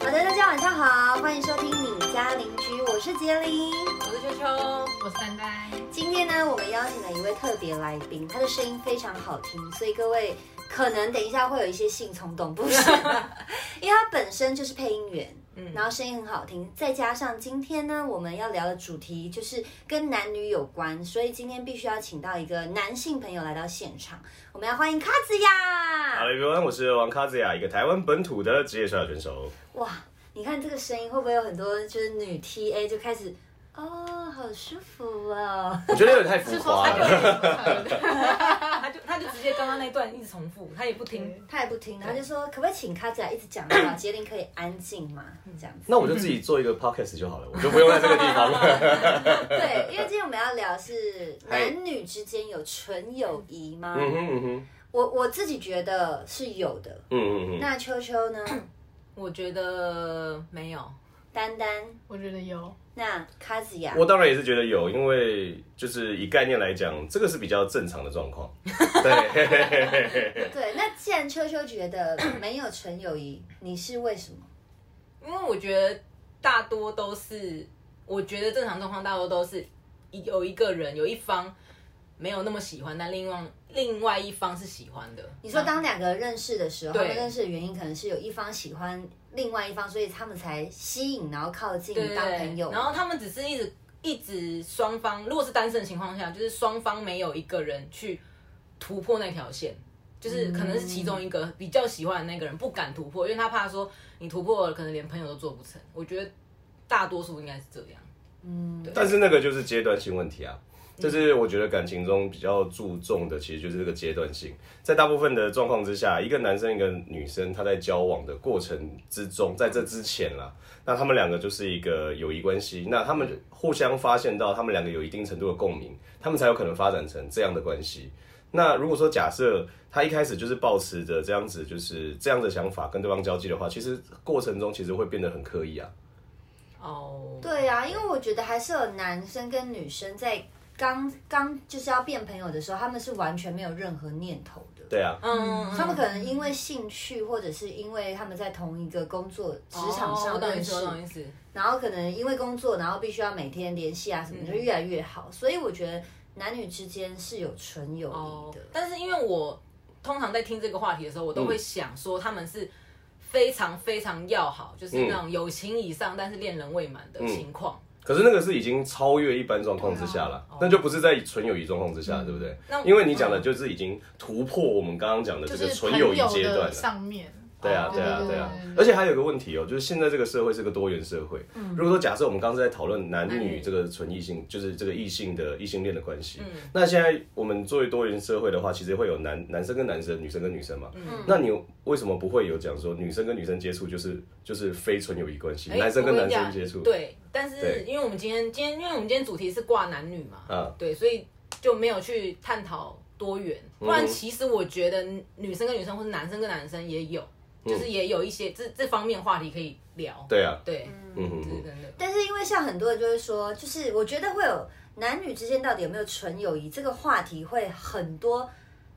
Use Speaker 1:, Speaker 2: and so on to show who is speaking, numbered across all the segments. Speaker 1: 晚上好，欢迎收听你家邻居，我是杰林。
Speaker 2: 我是秋秋，我是丹丹。
Speaker 1: 今天呢，我们邀请了一位特别来宾，他的声音非常好听，所以各位可能等一下会有一些性冲动，不是？因为他本身就是配音员。
Speaker 2: 嗯
Speaker 1: 然后声音很好听，再加上今天呢，我们要聊的主题就是跟男女有关，所以今天必须要请到一个男性朋友来到现场，我们要欢迎卡子呀！
Speaker 3: Hello everyone，我是王卡子雅，一个台湾本土的职业摔跤选手。
Speaker 1: 哇，你看这个声音会不会有很多就是女 TA 就开始哦，好舒服 哦。
Speaker 3: 我觉得有点太浮 夸
Speaker 2: 他就
Speaker 3: 了。
Speaker 2: 啊他就他就直接刚刚那一段一直重复，他也不听。
Speaker 1: 他也不听，他就说可不可以请卡子雅一直讲 话，杰林可以安静吗？这样子。
Speaker 3: 那我就自己做一个 podcast 就好了，我就不用在这个地方了。
Speaker 1: 对，因为今天我们要聊是男女之间有纯友谊吗？
Speaker 3: 嗯哼嗯哼
Speaker 1: 我我自己觉得是有的。
Speaker 3: 嗯嗯嗯。
Speaker 1: 那秋秋 呢？
Speaker 2: 我觉得没有，
Speaker 1: 丹丹，
Speaker 4: 我觉得 有，
Speaker 1: 那卡子雅，
Speaker 3: 我当然也是觉得有，因为就是以概念来讲，这个是比较正常的状况。对，
Speaker 1: 对，那既然秋秋觉得没有纯友谊，你是为什么？
Speaker 2: 因为我觉得大多都是，我觉得正常状况大多都是有一个人有一方没有那么喜欢，但另外另外一方是喜欢的。
Speaker 1: 你说当两个人认识的时候，他
Speaker 2: 嗯对
Speaker 1: 们认识的原因可能是有一方喜欢另外一方，所以他们才吸引，然后靠近
Speaker 2: 对对
Speaker 1: 当朋友。
Speaker 2: 然后他们只是一直一直双方，如果是单身的情况下，就是双方没有一个人去突破那条线，就是可能是其中一个比较喜欢的那个人不敢突破，因为他怕说你突破了，可能连朋友都做不成。我觉得大多数应该是这样。
Speaker 3: 但是那个就是阶段性问题啊。就是我觉得感情中比较注重的，其实就是这个阶段性。在大部分的状况之下，一个男生一个女生，他在交往的过程之中，在这之前啦，那他们两个就是一个友谊关系。那他们互相发现到他们两个有一定程度的共鸣，他们才有可能发展成这样的关系。那如果说假设他一开始就是抱持着这样子，就是这样的想法跟对方交际的话，其实过程中其实会变得很刻意啊。
Speaker 2: 哦，
Speaker 1: 对啊，因为我觉得还是有男生跟女生在刚刚就是要变朋友的时候，他们是完全没有任何念头的。
Speaker 3: 对啊，
Speaker 2: 嗯，嗯，
Speaker 1: 他们可能因为兴趣，或者是因为他们在同一个工作职场
Speaker 2: 哦我
Speaker 1: 上
Speaker 2: 懂意
Speaker 1: 认
Speaker 2: 思，
Speaker 1: 识，
Speaker 2: 我懂意思。
Speaker 1: 然后可能因为工作，然后必须要每天联系啊什
Speaker 2: 嗯
Speaker 1: 么，就越来越好。所以我觉得男女之间是有纯友
Speaker 2: 哦
Speaker 1: 谊的。，
Speaker 2: 但是因为我通常在听这个话题的时候，我都会想说他们是非常非常要好，就是那种友情以上，但是恋人未满的情况。
Speaker 3: 可是那个是已经超越一般状况之下了，
Speaker 2: 对
Speaker 4: 哦
Speaker 2: 啊
Speaker 3: 那就不是在纯友谊状况之
Speaker 4: 嗯
Speaker 3: 下，对不对
Speaker 2: 那？
Speaker 3: 因为你讲的就是已经突破我们刚刚讲的这
Speaker 4: 就嗯
Speaker 3: 个
Speaker 4: 是
Speaker 3: 纯
Speaker 4: 朋
Speaker 3: 友
Speaker 4: 友
Speaker 3: 谊阶段啊
Speaker 4: 的
Speaker 3: 了。
Speaker 4: 上面，
Speaker 3: 对啊，对啊，
Speaker 4: 对
Speaker 3: 对啊
Speaker 4: 对对。
Speaker 3: 而且还有一个问题哦，就是现在这个社会是个多元社会。
Speaker 4: 嗯
Speaker 3: 如果说假设我们刚刚是在讨论男
Speaker 2: 男女
Speaker 3: 女这个纯异性，就是这个异性的异性恋的关系
Speaker 2: 嗯，
Speaker 3: 那现在我们作为多元社会的话，其实会有男男生跟男生，女生跟女生嘛。
Speaker 4: 嗯
Speaker 3: 那你为什么不会有讲说女生跟女生接触就是就是非纯友谊关系，
Speaker 2: 哎
Speaker 3: 男生跟
Speaker 2: 我
Speaker 3: 男
Speaker 2: 你
Speaker 3: 生
Speaker 2: 讲
Speaker 3: 接触？
Speaker 2: 对，但是
Speaker 3: 对
Speaker 2: 因为我们今天今天因为我们今天主题是挂男女嘛，
Speaker 3: 啊
Speaker 2: 对，所以就没有去探讨多元。不
Speaker 3: 嗯
Speaker 2: 然其实我觉得女生跟女生或是男生跟男生也有，
Speaker 3: 嗯
Speaker 2: 就是也有一些这这方面话题可以聊。
Speaker 3: 对啊，
Speaker 2: 对，
Speaker 3: 嗯哼
Speaker 2: 这
Speaker 3: 哼
Speaker 2: 是。真的。
Speaker 1: 但是因为像很多人就会说，就是我觉得会有男女之间到底有没有纯友谊这个话题，会很多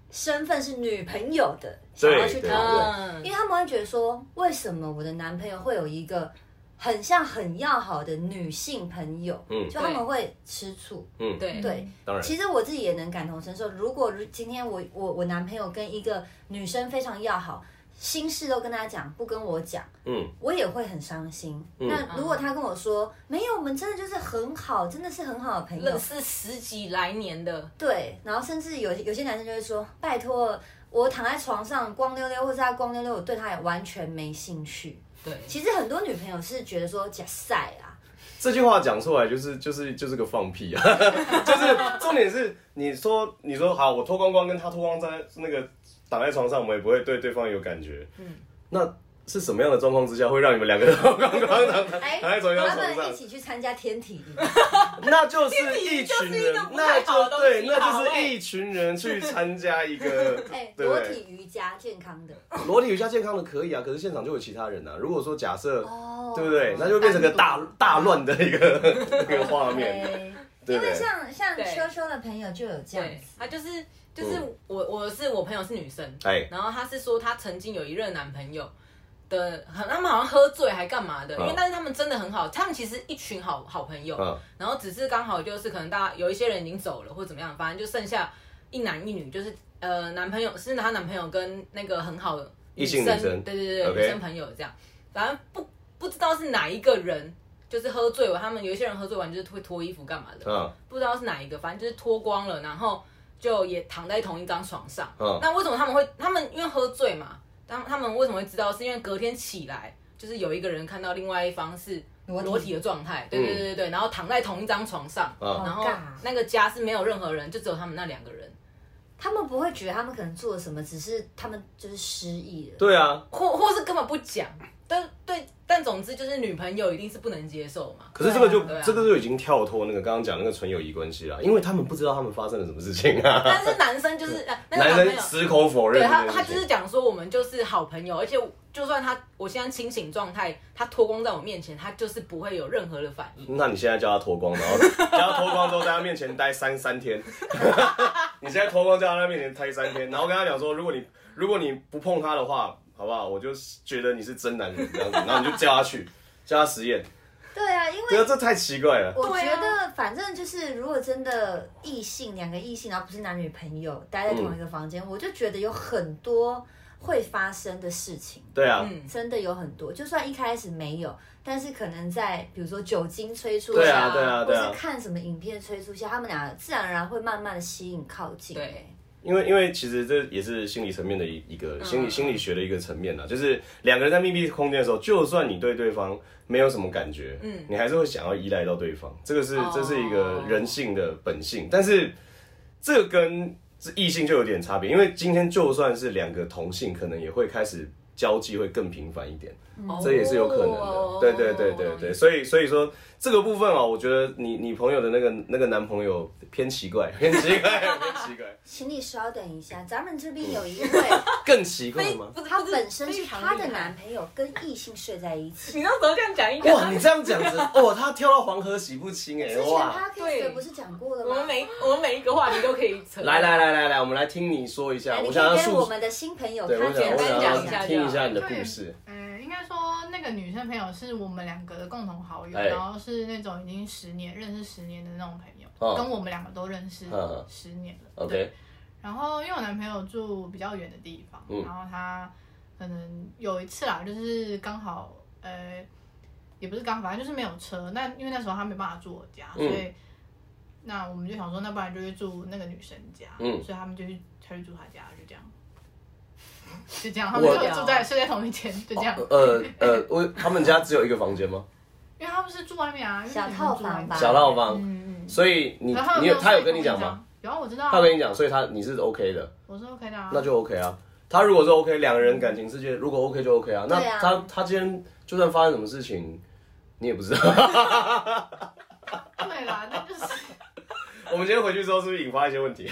Speaker 1: 身份是女朋友的想要去讨
Speaker 3: 对啊
Speaker 1: 论，
Speaker 2: 嗯
Speaker 1: 因为他们会觉得说，为什么我的男朋友会有一个很像很要好的女性朋友，
Speaker 3: 嗯
Speaker 1: 就他们会吃醋。
Speaker 3: 嗯，
Speaker 2: 对
Speaker 1: 对，
Speaker 3: 当然。
Speaker 1: 其实我自己也能感同身受。如果今天我我我男朋友跟一个女生非常要好，心事都跟他讲，不跟我讲，
Speaker 3: 嗯，
Speaker 1: 我也会很伤心。那如果他跟我说没有，我们真的就是很好，真的是很好的朋友
Speaker 2: 认，识十几来年的，
Speaker 1: 对。然后甚至有有些男生就会说，拜托，我躺在床上光溜溜，或是他光溜溜，我对他也完全没兴趣。
Speaker 2: 对，
Speaker 1: 其实很多女朋友是觉得说假赛啊，
Speaker 3: 这句话讲出来就是就是就是个放屁啊！ 就是重点是你说你说好，我脱光光跟他脱光在那个躺在床上，我们也不会对对方有感觉。嗯，那是什么样的状况之下会让你们两个人脱光光躺在
Speaker 1: 哎，
Speaker 3: 躺在床
Speaker 1: 他
Speaker 3: 上
Speaker 1: 们
Speaker 3: 床
Speaker 1: 一
Speaker 3: 上？
Speaker 1: 起去参加天体营。
Speaker 3: 那就是一群
Speaker 2: 就是一
Speaker 3: 人
Speaker 2: 个，不
Speaker 3: 那
Speaker 2: 太好的
Speaker 3: 就
Speaker 2: 东
Speaker 3: 对，
Speaker 2: 西
Speaker 3: 那
Speaker 2: 好
Speaker 3: 就是
Speaker 2: 哎
Speaker 3: 一群人去参加一个，
Speaker 1: 哎，
Speaker 3: 对不
Speaker 1: 裸
Speaker 3: 对？
Speaker 1: 体瑜伽健康的
Speaker 3: 裸体瑜伽健康的可以啊，可是现场就有其他人啊。如果说假设，
Speaker 1: 哦
Speaker 3: 对不对？那就变成个大大乱的一个一个画面，
Speaker 1: OK
Speaker 3: 对
Speaker 1: 因
Speaker 3: 不对
Speaker 1: 为？像像
Speaker 2: 对
Speaker 1: 秋秋的朋友就有这样
Speaker 2: 对
Speaker 1: 子，，
Speaker 2: 他就是
Speaker 3: 嗯
Speaker 2: 就是我我是我朋友是女生，
Speaker 3: 哎，
Speaker 2: 然后她是说她曾经有一任男朋友，的，很他们好像喝醉还干嘛的，因为
Speaker 3: 嗯
Speaker 2: 但是他们真的很好，他们其实一群好好朋友，
Speaker 3: 嗯
Speaker 2: 然后只是刚好就是可能大家有一些人已经走了或怎么样，反正就剩下一男一女，就是呃男朋友是她男朋友跟那个很好的
Speaker 3: 异性女生
Speaker 2: 对对对
Speaker 3: OK
Speaker 2: 女生朋友这样，反正不不知道是哪一个人。就是喝醉了，他们有一些人喝醉完就是会脱衣服干嘛的，
Speaker 3: 嗯
Speaker 2: 不知道是哪一个，反正就是脱光了，然后就也躺在同一张床上。
Speaker 3: 嗯
Speaker 2: 那为什么他们会？他们因为喝醉嘛，他他们为什么会知道？是因为隔天起来，就是有一个人看到另外一方是
Speaker 1: 裸体
Speaker 2: 裸体的状态，对对对对对，然后躺在同一张床上，
Speaker 3: 嗯
Speaker 2: 然后
Speaker 1: 好尬啊
Speaker 2: 那个家是没有任何人，就只有他们那两个人，
Speaker 1: 他们不会觉得他们可能做了什么，只是他们就是失忆了。
Speaker 3: 对啊，
Speaker 2: 或或是根本不讲，但对，但总之就是女朋友一定是不能接受 嘛。
Speaker 3: 可是这个就、
Speaker 2: 对啊
Speaker 3: 这个就已经跳脱那个刚刚讲那个纯友谊关系啦，因为他们不知道他们发生了什么事情啊。
Speaker 2: 但是男生就是呃那个
Speaker 3: 男
Speaker 2: 男朋
Speaker 3: 生
Speaker 2: 友，
Speaker 3: 矢口否认
Speaker 2: 对
Speaker 3: 这
Speaker 2: 他
Speaker 3: 件事情，
Speaker 2: 他就是讲说我们就是好朋友，而且就算他我现在清醒状态，他脱光在我面前，他就是不会有任何的反应。
Speaker 3: 那你现在叫他脱光，然后 叫他脱光之后，在他面前待三三天。 你现在脱光，在他面前待三天，然后跟他讲说，如果你如果你不碰他的话，好不好？我就觉得你是真男人这样子，然后你就叫他去，叫他实验。
Speaker 1: 对啊，因为
Speaker 3: 对啊，这太奇怪了。
Speaker 1: 我
Speaker 2: 对
Speaker 1: 觉
Speaker 2: 啊
Speaker 1: 得，反正就是，如果真的异性两个异性，然后不是男女朋友，待在同一个房间，我就觉得有很多会发生的事情，
Speaker 3: 对啊，
Speaker 2: 嗯
Speaker 1: 真的有很多。就算一开始没有，但是可能在比如说酒精催促
Speaker 3: 对
Speaker 1: 下，
Speaker 3: 啊，对啊，
Speaker 1: 或
Speaker 3: 对
Speaker 1: 是
Speaker 3: 啊。
Speaker 1: 看什么影片催促下，他们俩自然而然会慢慢的吸引靠近。
Speaker 2: 对，
Speaker 3: 因为因为其实这也是心理层面的一一个心理心理学的一个层面啦，就是两个人在密闭空间的时候，就算你对对方没有什么感觉，嗯，你还是会想要依赖到对方，这个是
Speaker 2: 哦
Speaker 3: 这是一个人性的本性，但是这个跟是异性就有点差别，因为今天就算是两个同性，可能也会开始交际会更频繁一点。这也是有可能的
Speaker 2: 哦。
Speaker 3: 对对对对对，所以所以说这个部分啊，我觉得你你朋友的那个那个男朋友偏奇怪， 偏奇怪，偏奇怪，
Speaker 1: 请你稍等一下，咱们这边有一位，
Speaker 3: 更奇怪
Speaker 2: 非
Speaker 3: 吗？
Speaker 2: 不是
Speaker 1: 她
Speaker 2: 不是
Speaker 1: 本身是
Speaker 2: 非常
Speaker 1: 她
Speaker 2: 厉
Speaker 1: 的
Speaker 2: 害
Speaker 1: 男朋友跟异性睡在一起。
Speaker 2: 你那时候这样讲一个，
Speaker 3: 哇，你这样讲 子，哇，他跳到黄河洗不清哎、
Speaker 1: 之前
Speaker 3: 哇！
Speaker 1: 他 a 的不是讲过了吗？
Speaker 2: 我们每我们每一个话题都可以扯。
Speaker 3: 来来来来来，我们来听你说一下，
Speaker 1: 哎来，你
Speaker 3: 啊我
Speaker 1: 可
Speaker 3: 想要
Speaker 1: 以跟我
Speaker 3: 诉，
Speaker 1: 们的新朋友
Speaker 3: 对我
Speaker 1: 他
Speaker 3: 想
Speaker 1: 简
Speaker 3: 我
Speaker 1: 单
Speaker 3: 想
Speaker 1: 讲一
Speaker 3: 要
Speaker 1: 下，
Speaker 3: 听一下你的
Speaker 4: 对
Speaker 3: 故事，
Speaker 4: 嗯，应该说那个女生朋友是我们两个的共同好友，
Speaker 3: 哎
Speaker 4: 然后是那种已经十年认识十年的那种朋友，
Speaker 3: 哦
Speaker 4: 跟我们两个都认识
Speaker 3: 嗯嗯
Speaker 4: 十年了。
Speaker 3: ，OK，
Speaker 4: 然后因为我男朋友住比较远的地方，
Speaker 3: 嗯
Speaker 4: 然后他可能有一次啦，就是刚好呃，也不是刚好，反正就是没有车。那因为那时候他没办法住我家，
Speaker 3: 嗯
Speaker 4: 所以那我们就想说，那不然就去住那个女生家，
Speaker 3: 嗯
Speaker 4: 所以他们就去他去住他家，就这样。 就这样，他
Speaker 3: 我
Speaker 4: 们就住在睡在同一间，就这样。
Speaker 3: 呃呃，我他们家只有一个房间吗？
Speaker 4: 因为他们是住外面啊，因为
Speaker 1: 小
Speaker 4: 你们
Speaker 1: 套
Speaker 4: 住外
Speaker 1: 房
Speaker 4: 面
Speaker 1: 吧
Speaker 3: 小套房，
Speaker 4: 嗯嗯。
Speaker 3: 所以你
Speaker 4: 然后
Speaker 3: 你有他有跟你讲
Speaker 4: 睡同一
Speaker 3: 吗？
Speaker 4: 张？有啊，我知道啊。
Speaker 3: 他有跟你讲，所以他你是 OK 的。
Speaker 4: 我说 OK 的啊。
Speaker 3: 那就 OK 啊。他如果是 OK，两个人感情世界如果 OK 就 OK 啊。那
Speaker 1: 对啊
Speaker 3: 他他今天就算发生什么事情，你也不知道。
Speaker 4: 对啦，那就是
Speaker 3: 我们今天回去之后是不是引发一些 问题？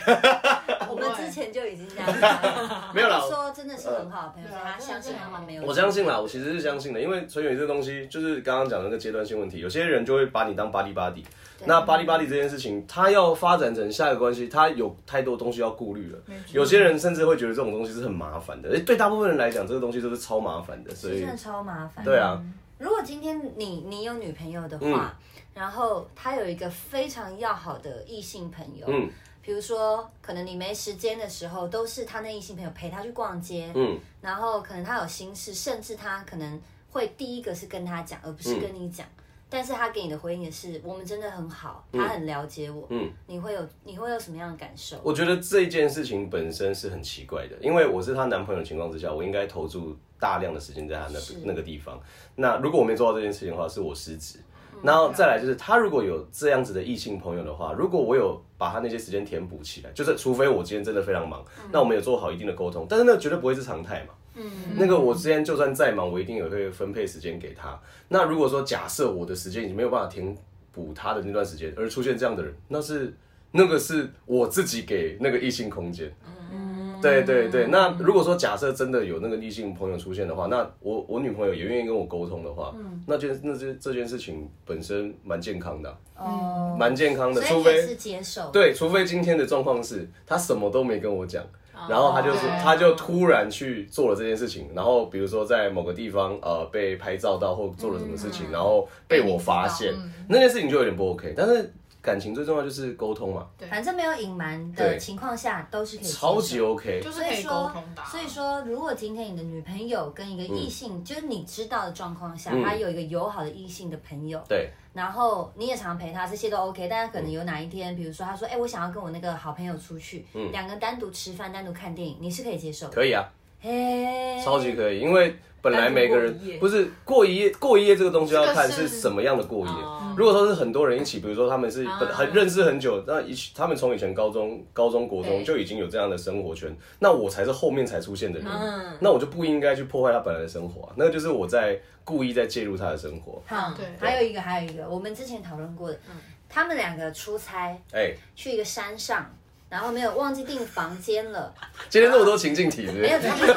Speaker 1: 我们之前就已经这样 讲，
Speaker 3: 没有啦
Speaker 1: 他说真的是很好的朋友，
Speaker 4: 对
Speaker 1: 所以
Speaker 4: 啊
Speaker 1: 他相信他们没有。
Speaker 3: 啊我相信啦，我其实是相信的，因为纯友谊这东西就是刚刚讲的那个阶段性问题，有些人就会把你当巴蒂巴蒂。那巴蒂巴蒂这件事情，他要发展成下一个关系，他有太多东西要顾虑了。有些人甚至会觉得这种东西是很麻烦的，诶对大部分人来讲，这个东西都是超麻烦的，所
Speaker 1: 这
Speaker 3: 以
Speaker 1: 真的超麻烦。
Speaker 3: 对嗯啊，
Speaker 1: 如果今天你你有女朋友的话，然后她有一个非常要好的异性朋友，
Speaker 3: 嗯
Speaker 1: 比如说可能你没时间的时候，都是她那异性朋友陪她去逛街，
Speaker 3: 嗯
Speaker 1: 然后可能他有心事，甚至他可能会第一个是跟他讲，而不
Speaker 3: 嗯
Speaker 1: 是跟你讲。但是他给你的回应也是，我们真的很好，他很了解我。
Speaker 3: 嗯。
Speaker 1: 你会有你会有什么样的感受？
Speaker 3: 我觉得这件事情本身是很奇怪的，因为我是她男朋友的情况之下，我应该投注大量的时间在她那
Speaker 1: 是
Speaker 3: 那个地方。那如果我没做到这件事情的话，是我失职。然后再来就是，她如果有这样子的异性朋友的话，如果我有把她那些时间填补起来，就是除非我今天真的非常忙，那我们有做好一定的沟通，但是那绝对不会是常态嘛。
Speaker 1: 嗯，
Speaker 3: 那个我之前就算再忙，我一定也会分配时间给他。那如果说假设我的时间已经没有办法填补他的那段时间，而出现这样的人，那是那个是我自己给那个异性空间。
Speaker 1: 嗯
Speaker 3: 对对对，那如果说假设真的有那个异性朋友出现的话，那我我女朋友也愿意跟我沟通的话，
Speaker 1: 嗯
Speaker 3: 那件那这这件事情本身蛮健康的啊、
Speaker 1: 哦，
Speaker 3: 蛮健康的，
Speaker 1: 所以
Speaker 3: 除
Speaker 1: 你也
Speaker 3: 非
Speaker 1: 是接受。
Speaker 3: 对，除非今天的状况是他什么都没跟我讲，
Speaker 1: 哦
Speaker 3: 然后他就是
Speaker 4: 对
Speaker 3: 他就突然去做了这件事情，然后比如说在某个地方呃被拍照到或做了什么事
Speaker 1: 嗯
Speaker 3: 情，然后被我发现
Speaker 4: 被你知道嗯，
Speaker 3: 那件事情就有点不 OK。但是感情最重要就是沟通嘛，
Speaker 1: 反正没有隐瞒的
Speaker 3: 对
Speaker 1: 情况下都是可以接受
Speaker 3: 超级 OK
Speaker 4: 就。是
Speaker 1: 所
Speaker 4: 可
Speaker 1: 以
Speaker 4: 以
Speaker 1: 说
Speaker 4: 沟通的啊、
Speaker 1: 所以说，如果今天你的女朋友跟一个
Speaker 3: 嗯
Speaker 1: 异性，就是你知道的状况下，她有一个友好的异性的朋友，
Speaker 3: 对，
Speaker 1: 然后你也常陪她，这些都 OK。但是可能
Speaker 3: 嗯
Speaker 1: 有哪一天，比如说她说：“哎、我想要跟我那个好朋友出去，
Speaker 3: 嗯
Speaker 1: 两个人单独吃饭、单独看电影，你是可以接受的。
Speaker 3: 可以啊，”
Speaker 1: 嘿，
Speaker 3: 超级可以，因为本来每个
Speaker 2: 单独过一夜
Speaker 3: 人不是过一夜，过一夜这个东西要看
Speaker 4: 这个
Speaker 3: 是
Speaker 4: 是
Speaker 3: 什么样的过夜
Speaker 2: 哦。
Speaker 3: 如果说是很多人一起，比如说他们是
Speaker 2: 啊
Speaker 3: 本很认识很久，那一起他们从以前高中、高中、国中
Speaker 4: 对
Speaker 3: 就已经有这样的生活圈，那我才是后面才出现的人
Speaker 2: 嗯，
Speaker 3: 那我就不应该去破坏他本来的生活啊，那个就是我在故意在介入他的生活。
Speaker 1: 好。
Speaker 4: 对
Speaker 1: 还有一个，还有一个，我们之前讨论过的，他们两个出差
Speaker 3: 哎，
Speaker 1: 去一个山上，然后没有忘记订房间了，
Speaker 3: 今天这么多情境题是不
Speaker 1: 没有。
Speaker 3: 是？
Speaker 1: 他 们
Speaker 4: 这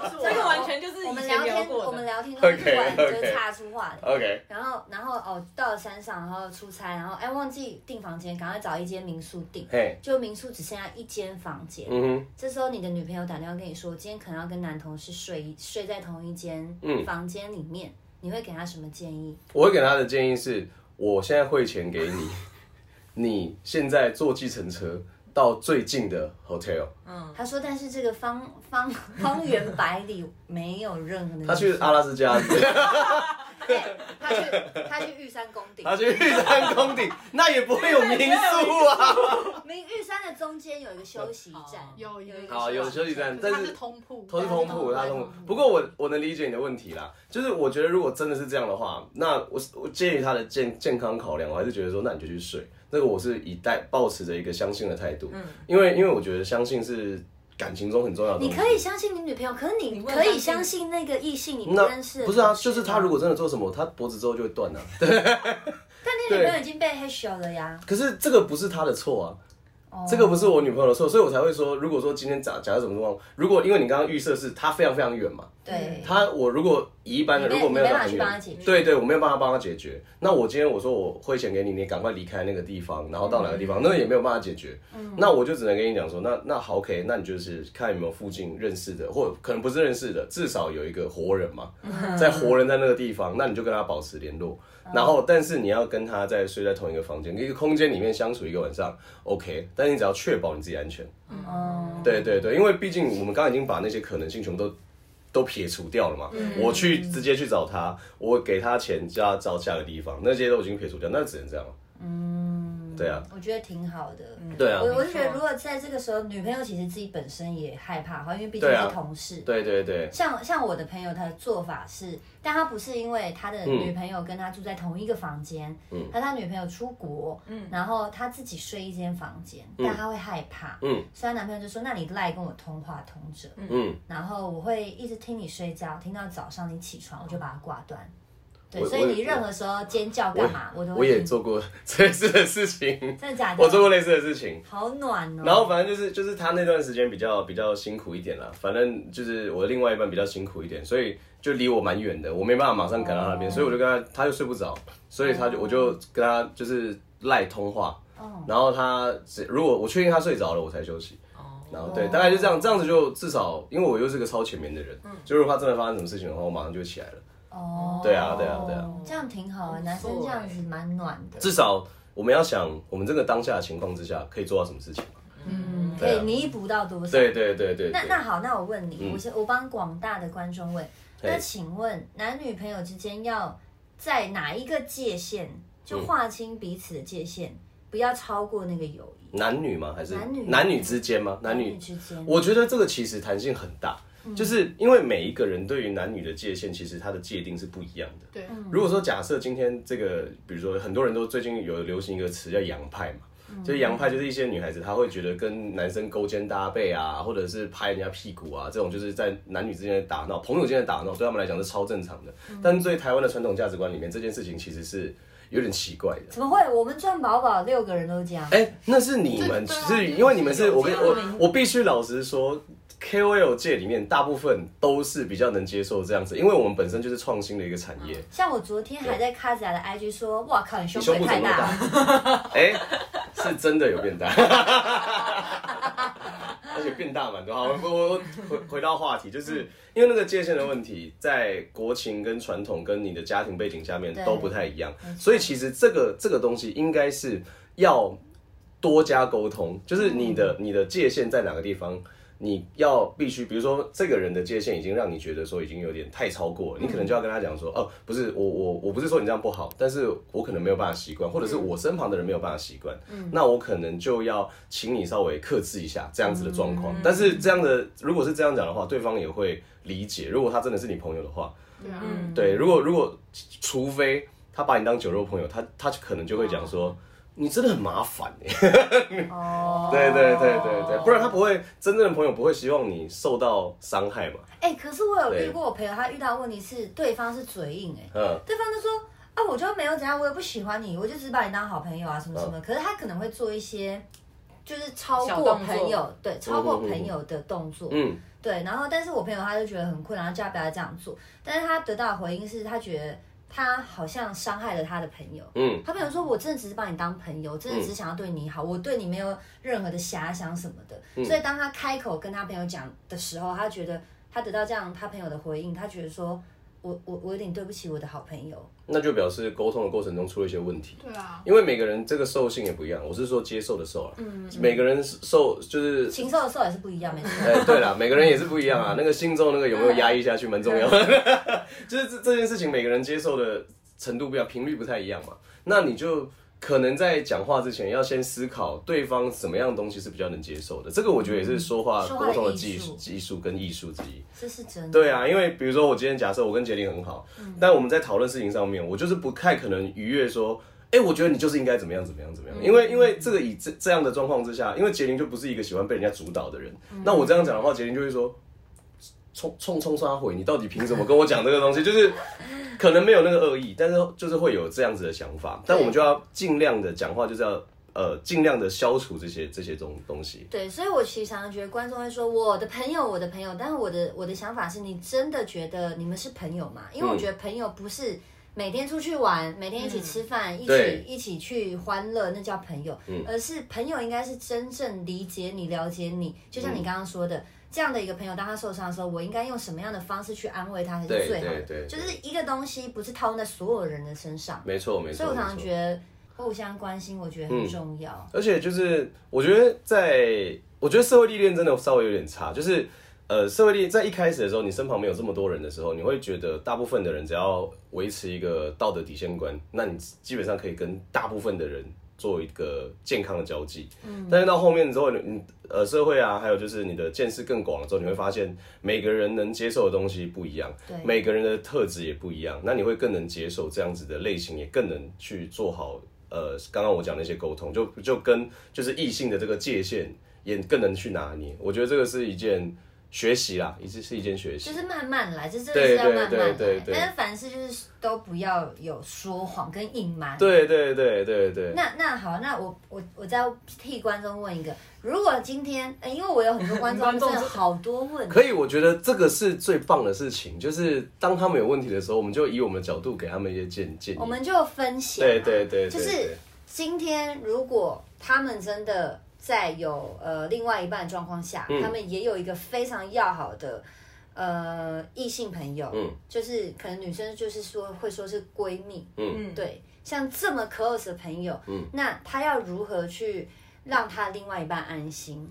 Speaker 4: 不是我
Speaker 2: 这个完全就是
Speaker 1: 我
Speaker 2: 以
Speaker 1: 们
Speaker 2: 前
Speaker 1: 聊天，
Speaker 2: 过
Speaker 1: 我们
Speaker 2: 的。
Speaker 1: 聊天都是突然
Speaker 3: OK，OK
Speaker 1: 就岔出话题。
Speaker 3: OK，
Speaker 1: 然后，然后哦，到了山上，然后出差，然后哎忘记订房间，赶快找一间民宿订。
Speaker 3: 嘿，
Speaker 1: 就民宿只剩下一间房间，
Speaker 3: 嗯哼，
Speaker 1: 这时候你的女朋友打电话跟你说，今天可能要跟男同事睡一睡在同一间
Speaker 3: 嗯
Speaker 1: 房间里面，你会给她什么建议？
Speaker 3: 我会给他的建议是，我现在汇钱给你， 你现在坐计程车到最近的 hotel。
Speaker 1: 她说，但是这个方方 方圆百里没有任何的民宿。哎
Speaker 3: 他去阿拉斯加，
Speaker 1: 她去她去玉山宫顶，
Speaker 3: 他去玉山宫顶，那也不会有民宿啊。
Speaker 1: 明玉山的中间有一个休息站
Speaker 2: 哦，
Speaker 4: 有一个
Speaker 3: 好有休息站但
Speaker 4: 它
Speaker 3: 是
Speaker 4: 是通铺，
Speaker 3: 都是通铺，他
Speaker 1: 它
Speaker 3: 是通铺。不过我我能理解你的问题啦，就是我觉得如果真的是这样的话，那我我鉴于他的健健康考量，我还是觉得说，那你就去睡。那个我是以带保持着一个相信的态度，因为因为我觉得相信是感情中很重要的东
Speaker 1: 你
Speaker 3: 西。
Speaker 1: 可以相信你女朋友，可是你
Speaker 2: 你不能
Speaker 1: 可以相
Speaker 2: 相
Speaker 1: 信那个异性你不
Speaker 3: 那
Speaker 1: 认识的同事吗。
Speaker 3: 不是啊，就是他如果真的做什么，他脖子之后就会断啊。
Speaker 1: 但你女朋友已经被 h a s h 了呀。 哦
Speaker 3: 可是这个不是他的错啊。这个不是我女朋友的错，所以我才会说，如果说今天假假设什么状况，如果因为你刚刚预设是他非常非常远嘛，
Speaker 1: 对，
Speaker 3: 他我如果以一般
Speaker 1: 嗯
Speaker 3: 的
Speaker 1: 你
Speaker 3: 如
Speaker 1: 没
Speaker 3: 果没有
Speaker 1: 你没
Speaker 3: 到
Speaker 1: 办法
Speaker 3: 很
Speaker 1: 去帮他
Speaker 3: 远
Speaker 1: 解决，
Speaker 3: 对对，我没有办法帮他解决。那我今天我说我汇钱给你，你赶快离开那个地方，然后到哪个地
Speaker 1: 嗯
Speaker 3: 方，那也没有办法解决。那我就只能跟你讲说，那那好 OK，那你就是看有没有附近认识的，或者可能不是认识的，至少有一个活人嘛，
Speaker 1: 嗯
Speaker 3: 在活人在那个地方，那你就跟他保持联络。然后，但是你要跟他在睡在同一个房间、一个空间里面相处一个晚上，OK。但你只要确保你自己安全。
Speaker 1: 哦，
Speaker 3: 对对对，因为毕竟我们刚刚已经把那些可能性全部都都撇除掉了嘛。我去直接去找他，我给他钱叫他找下个地方，那些都已经撇除掉，那只能这样了。嗯，对啊，
Speaker 1: 我觉得挺好的。
Speaker 3: 对啊
Speaker 1: 我，我是觉
Speaker 2: 没
Speaker 1: 得，
Speaker 2: 错
Speaker 1: 如果在这个时候，女朋友其实自己本身也害怕，因为毕竟
Speaker 3: 对啊
Speaker 1: 是同事。
Speaker 3: 对对对，
Speaker 1: 像像我的朋友，他的做法是，但他不是因为他
Speaker 3: 嗯
Speaker 1: 的女朋友跟他住在同一个房间，嗯，他他女朋友出国，嗯，然后他自己睡一间房间，但他会害怕，
Speaker 3: 嗯，
Speaker 1: 所以她男朋友就说：“那你赖跟我通话通着，
Speaker 3: 嗯，
Speaker 1: 然后我会一直听你睡觉，听到早上你起床，我就把它挂断。”对，
Speaker 3: 我
Speaker 1: 所以
Speaker 3: 我啊
Speaker 1: 你任何时候尖叫干嘛，我都
Speaker 3: 我
Speaker 1: 会
Speaker 3: 也
Speaker 1: 听。
Speaker 3: 做过 类似的事 情，
Speaker 1: 真的假的？
Speaker 3: 我做过类似的事情。
Speaker 1: 好暖哦。
Speaker 3: 然后反正就是就是他那段时间比较比较辛苦一点啦，反正就是我的另外一半比较辛苦一点，所以就离我蛮远的，我没办法马上赶到那边，所以我就跟
Speaker 1: 哦
Speaker 3: 他，他就睡不着，所以他就我就跟他就是赖通话，
Speaker 1: 哦
Speaker 3: 然后他只如果我确定他睡着了，我才休息。然后对，大概就这样，这样子就至少，因为我又是个超前面的人，
Speaker 1: 嗯
Speaker 3: 就如果他真的发生什么事情的话，我马上就起来了。
Speaker 1: 哦，
Speaker 3: 对啊对啊对啊
Speaker 1: 这样挺好啊，
Speaker 2: 不错欸
Speaker 1: 男生这样子蛮暖的。
Speaker 3: 至少我们要想，我们这个当下的情况之下可以做到什么事情。
Speaker 1: 嗯，可
Speaker 3: 对啊
Speaker 1: 以弥补到多少？
Speaker 3: 对对对对
Speaker 1: 那
Speaker 3: 对，
Speaker 1: 那好，那我问你，我先我帮广大的观众问，
Speaker 3: 嘿
Speaker 1: 那请问男女朋友之间要在哪一个界限，
Speaker 3: 嗯
Speaker 1: 就划清彼此的界限，不要超过那个友谊，
Speaker 3: 男女吗？还是
Speaker 1: 男女
Speaker 3: 男女之间吗？男女
Speaker 1: 之间。
Speaker 3: 我觉得这个其实弹性很大，就是因为每一个人对于男女的界限，其实它的界定是不一样的。
Speaker 4: 对，
Speaker 1: 嗯
Speaker 3: 如果说假设今天这个，比如说很多人都最近有流行一个词叫“洋派”嘛，就是洋派就是一些女孩子她会觉得跟男生勾肩搭背啊，或者是拍人家屁股啊，这种就是在男女之间的打闹、朋友间的打闹，对他们来讲是超正常的。但是对台湾的传统价值观里面，这件事情其实是有点奇怪的。
Speaker 1: 怎么会？我们赚饱饱，六个人都这样。
Speaker 3: 哎、那是你们，
Speaker 4: 这
Speaker 3: 只
Speaker 4: 对啊
Speaker 3: 是因为你们是
Speaker 4: 有
Speaker 3: 我跟
Speaker 4: 这样
Speaker 3: 我
Speaker 4: 的名
Speaker 3: 我必须老实说，KOL 界里面大部分都是比较能接受这样子，因为我们本身就是创新的一个产业。
Speaker 1: 像我昨天还在卡子雅的 IG 说，哇靠，你胸
Speaker 3: 你胸
Speaker 1: 部
Speaker 3: 部
Speaker 1: 也太
Speaker 3: 怎么那
Speaker 1: 大了。
Speaker 3: 么大？哎、是真的有变大。变大蛮多。好，我我我回回到话题，就是
Speaker 1: 嗯
Speaker 3: 因为那个界限的问题，在国情跟传统跟你的家庭背景下面
Speaker 1: 对
Speaker 3: 都不太一样
Speaker 1: 没，错
Speaker 3: 所以其实这个这个东西应该是要多加沟通，就是你的、
Speaker 1: 嗯
Speaker 3: 你的界限在哪个地方。你要必须，比如说这个人的界限已经让你觉得说已经有点太超过了，你可能就要跟他讲说，哦，不是我我我不是说你这样不好，但是我可能没有办法习惯，或者是我身旁的人没有办法习惯，那我可能就要请你稍微克制一下这样子的状况。但是这样的如果是这样讲的话，对方也会理解。如果他真的是你朋友的话，
Speaker 4: 对啊，
Speaker 2: 嗯
Speaker 3: 对，如果如果除非他把你当酒肉朋友，他他可能就会讲说。你真的很麻烦哎、
Speaker 1: 哦，
Speaker 3: 对对对对对，不然他不会真正的朋友不会希望你受到伤害嘛，
Speaker 1: 哎、可是我有遇
Speaker 3: 对
Speaker 1: 过我朋友，他遇到的问题是对方是嘴硬、哎，
Speaker 3: 嗯，
Speaker 1: 对方就说啊，我就没有怎样，我也不喜欢你，我就只是把你当好朋友啊，什么什么。可是他可能会做一些，就是超
Speaker 2: 小
Speaker 1: 过
Speaker 2: 动作
Speaker 1: 朋友，对，超过
Speaker 3: 嗯嗯嗯
Speaker 1: 朋友的动作，
Speaker 3: 嗯
Speaker 1: 对。然后，但是我朋友他就觉得很困扰，他叫他不要这样做。但是他得到的回应是他觉得他好像伤害了他的朋友。
Speaker 3: 嗯
Speaker 1: 他朋友说：“我真的只是把你当朋友，真的只是想要对你好，我对你没有任何的遐想什么的。
Speaker 3: 嗯
Speaker 1: 所以当他开口跟他朋友讲的时候，他觉得他得到这样他朋友的回应，他觉得说：“我我我有点对不起我的好朋友。”
Speaker 3: 那就表示沟通的过程中出了一些问题。
Speaker 4: 对啊，
Speaker 3: 因为每个人这个受性也不一样，我是说接受的受啊，
Speaker 1: 嗯
Speaker 3: 每个人受就是
Speaker 1: 禽兽的兽也是不一样，没 错。
Speaker 3: 哎，对了，每个人也是不一样
Speaker 1: 嗯
Speaker 3: 啊。那个心中那个有没有压抑下去，蛮重要的。 就是这这件事情，每个人接受的程度不一样，频率不太一样嘛。那你就可能在讲话之前，要先思考对方什么样的东西是比较能接受的。这个我觉得也是说话
Speaker 1: 嗯说话
Speaker 3: 沟通的
Speaker 1: 的艺
Speaker 3: 技
Speaker 1: 术
Speaker 3: 技术跟艺术之一。
Speaker 1: 这是真的。
Speaker 3: 对啊，因为比如说我今天假设我跟杰林很好，
Speaker 1: 嗯
Speaker 3: 但我们在讨论事情上面，我就是不太可能逾越说，哎、我觉得你就是应该怎么样怎么样怎么样，
Speaker 1: 嗯
Speaker 3: 因为因为这个以这这样的状况之下，因为杰林就不是一个喜欢被人家主导的人，那我这样讲的话，杰林就会说。冲冲冲杀回，你到底凭什么跟我讲这个东西？就是可能没有那个恶意，但是就是会有这样子的想法。但我们就要尽量的讲话，就是要呃尽量的消除这些这些东东西。
Speaker 1: 对，所以我其实常常觉得观众会说我的朋友，我的朋友，但是我的我的想法是你真的觉得你们是朋友吗？
Speaker 3: 嗯
Speaker 1: 因为我觉得朋友不是每天出去玩，每天一起吃饭，一
Speaker 3: 对嗯
Speaker 1: 起一起去欢乐，那叫朋友，而是朋友应该是真正理解你、了解你，就
Speaker 3: 嗯
Speaker 1: 像你刚刚说的。这样的一个朋友，当他受伤的时候，我应该用什么样的方式去安慰他才是
Speaker 3: 对
Speaker 1: 最好的？
Speaker 3: 对对对
Speaker 1: 就是一个东西不是套用在所有人的身上，
Speaker 3: 没错，没错。
Speaker 1: 所以我常常
Speaker 3: 没错嗯
Speaker 1: 觉得互相关心，我觉得很重要。
Speaker 3: 而且就是我觉得在，我觉得社会历练真的稍微有点差，就是呃，社会历在一开始的时候，你身旁没有这么多人的时候，你会觉得大部分的人只要维持一个道德底线观，那你基本上可以跟大部分的人做一个健康的交际。嗯，但是到后面之后，你你呃社会啊，还有就是你的见识更广了之后，你会发现每个人能接受的东西不一样，
Speaker 1: 对
Speaker 3: 每个人的特质也不一样，那你会更能接受这样子的类型，也更能去做好呃刚刚我讲的一些沟通，就就跟就是异性的这个界限也更能去拿捏。我觉得这个是一件学习啦，一直是一件学
Speaker 1: 就。
Speaker 3: 习
Speaker 1: 是慢慢来，这真的是要慢慢来。
Speaker 3: 对对对对
Speaker 1: 但是凡事就是都不要有说谎跟隐瞒。
Speaker 3: 对对对对对，
Speaker 1: 那那好，那我我我再替观众问一个，如果今天，呃因为我有很多观 众
Speaker 2: 观众
Speaker 1: 真的好多问题，
Speaker 3: 可以，我觉得这个是最棒的事情，就是当他们有问题的时候，我们就以我们的角度给他们一些建建议。
Speaker 1: 我们就分享嘛。
Speaker 3: 对对对，对
Speaker 1: 就是今天如果他们真的在有呃另外一半的状况下，
Speaker 3: 嗯
Speaker 1: 他们也有一个非常要好的呃异性朋友，
Speaker 3: 嗯
Speaker 1: 就是可能女生就是说会说是闺蜜，
Speaker 2: 嗯，
Speaker 1: 对，像这么 close 的朋友，
Speaker 3: 嗯
Speaker 1: 那他要如何去让他另外一半安心？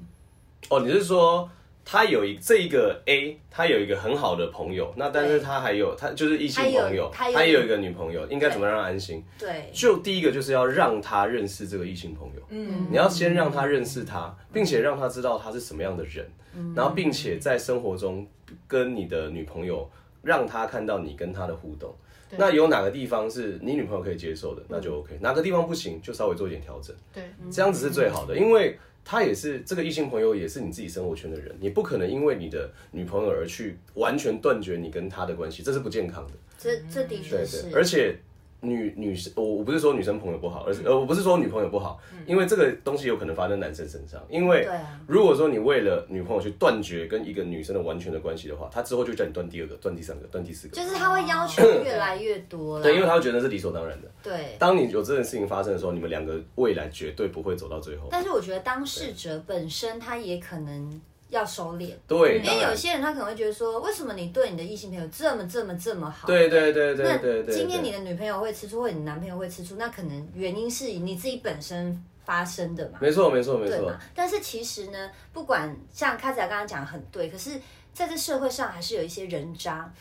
Speaker 3: 哦，你是说他有一这一个 A，他有一个很好的朋友，那但
Speaker 1: 对
Speaker 3: 是他还有他就是异性
Speaker 1: 他有
Speaker 3: 朋友，
Speaker 1: 他有
Speaker 3: 也有一个女朋友，应该
Speaker 1: 对
Speaker 3: 怎么让他安心？
Speaker 1: 对，
Speaker 3: 就第一个就是要让他认识这个异性朋友，
Speaker 2: 嗯
Speaker 3: 你要先让他认识他，并且让他知道他是什么样的人，
Speaker 1: 嗯
Speaker 3: 然后并且在生活中跟你的女朋友让他看到你跟他的互动。
Speaker 4: 对
Speaker 3: 那有哪个地方是你女朋友可以接受的，那就 OK；哪个地方不行，就稍微做一点调整。
Speaker 4: 对，
Speaker 3: 这样子是最好的，因为他也是这个异性朋友，也是你自己生活圈的人，你不可能因为你的女朋友而去完全断绝你跟他的关系，这是不健康的。
Speaker 1: 这这的确
Speaker 3: 对
Speaker 1: 是，
Speaker 3: 对，而且女女生，我我不是说女生朋友不好，而是呃我不是说女朋友不好，因为这个东西有可能发生在男生身上，因为
Speaker 1: 对啊
Speaker 3: 如果说你为了女朋友去断绝跟一个女生的完全的关系的话，她之后就叫你断第二个、断第三个、断第四个，
Speaker 1: 就是他会要求越来越多了，
Speaker 3: 对，因为她会觉得是理所当然的。
Speaker 1: 对。
Speaker 3: 当你有这件事情发生的时候，你们两个未来绝对不会走到最后。
Speaker 1: 但是我觉得当事者本身他也可能要收敛。
Speaker 3: 对，
Speaker 1: 因
Speaker 3: 当
Speaker 1: 为
Speaker 3: 然
Speaker 1: 有些人他可能会觉得说，为什么你对你的异性朋友这么这么这么好？
Speaker 3: 对对对对
Speaker 1: 那
Speaker 3: 对对对，
Speaker 1: 今天你的女朋友会吃醋，或者你男朋友会吃醋，那可能原因是你自己本身发生的嘛，
Speaker 3: 没错没错没
Speaker 1: 对
Speaker 3: 错
Speaker 1: 嘛，？但是其实呢，不管像卡仔刚刚讲得很对，可是在这社会上还是有一些人渣，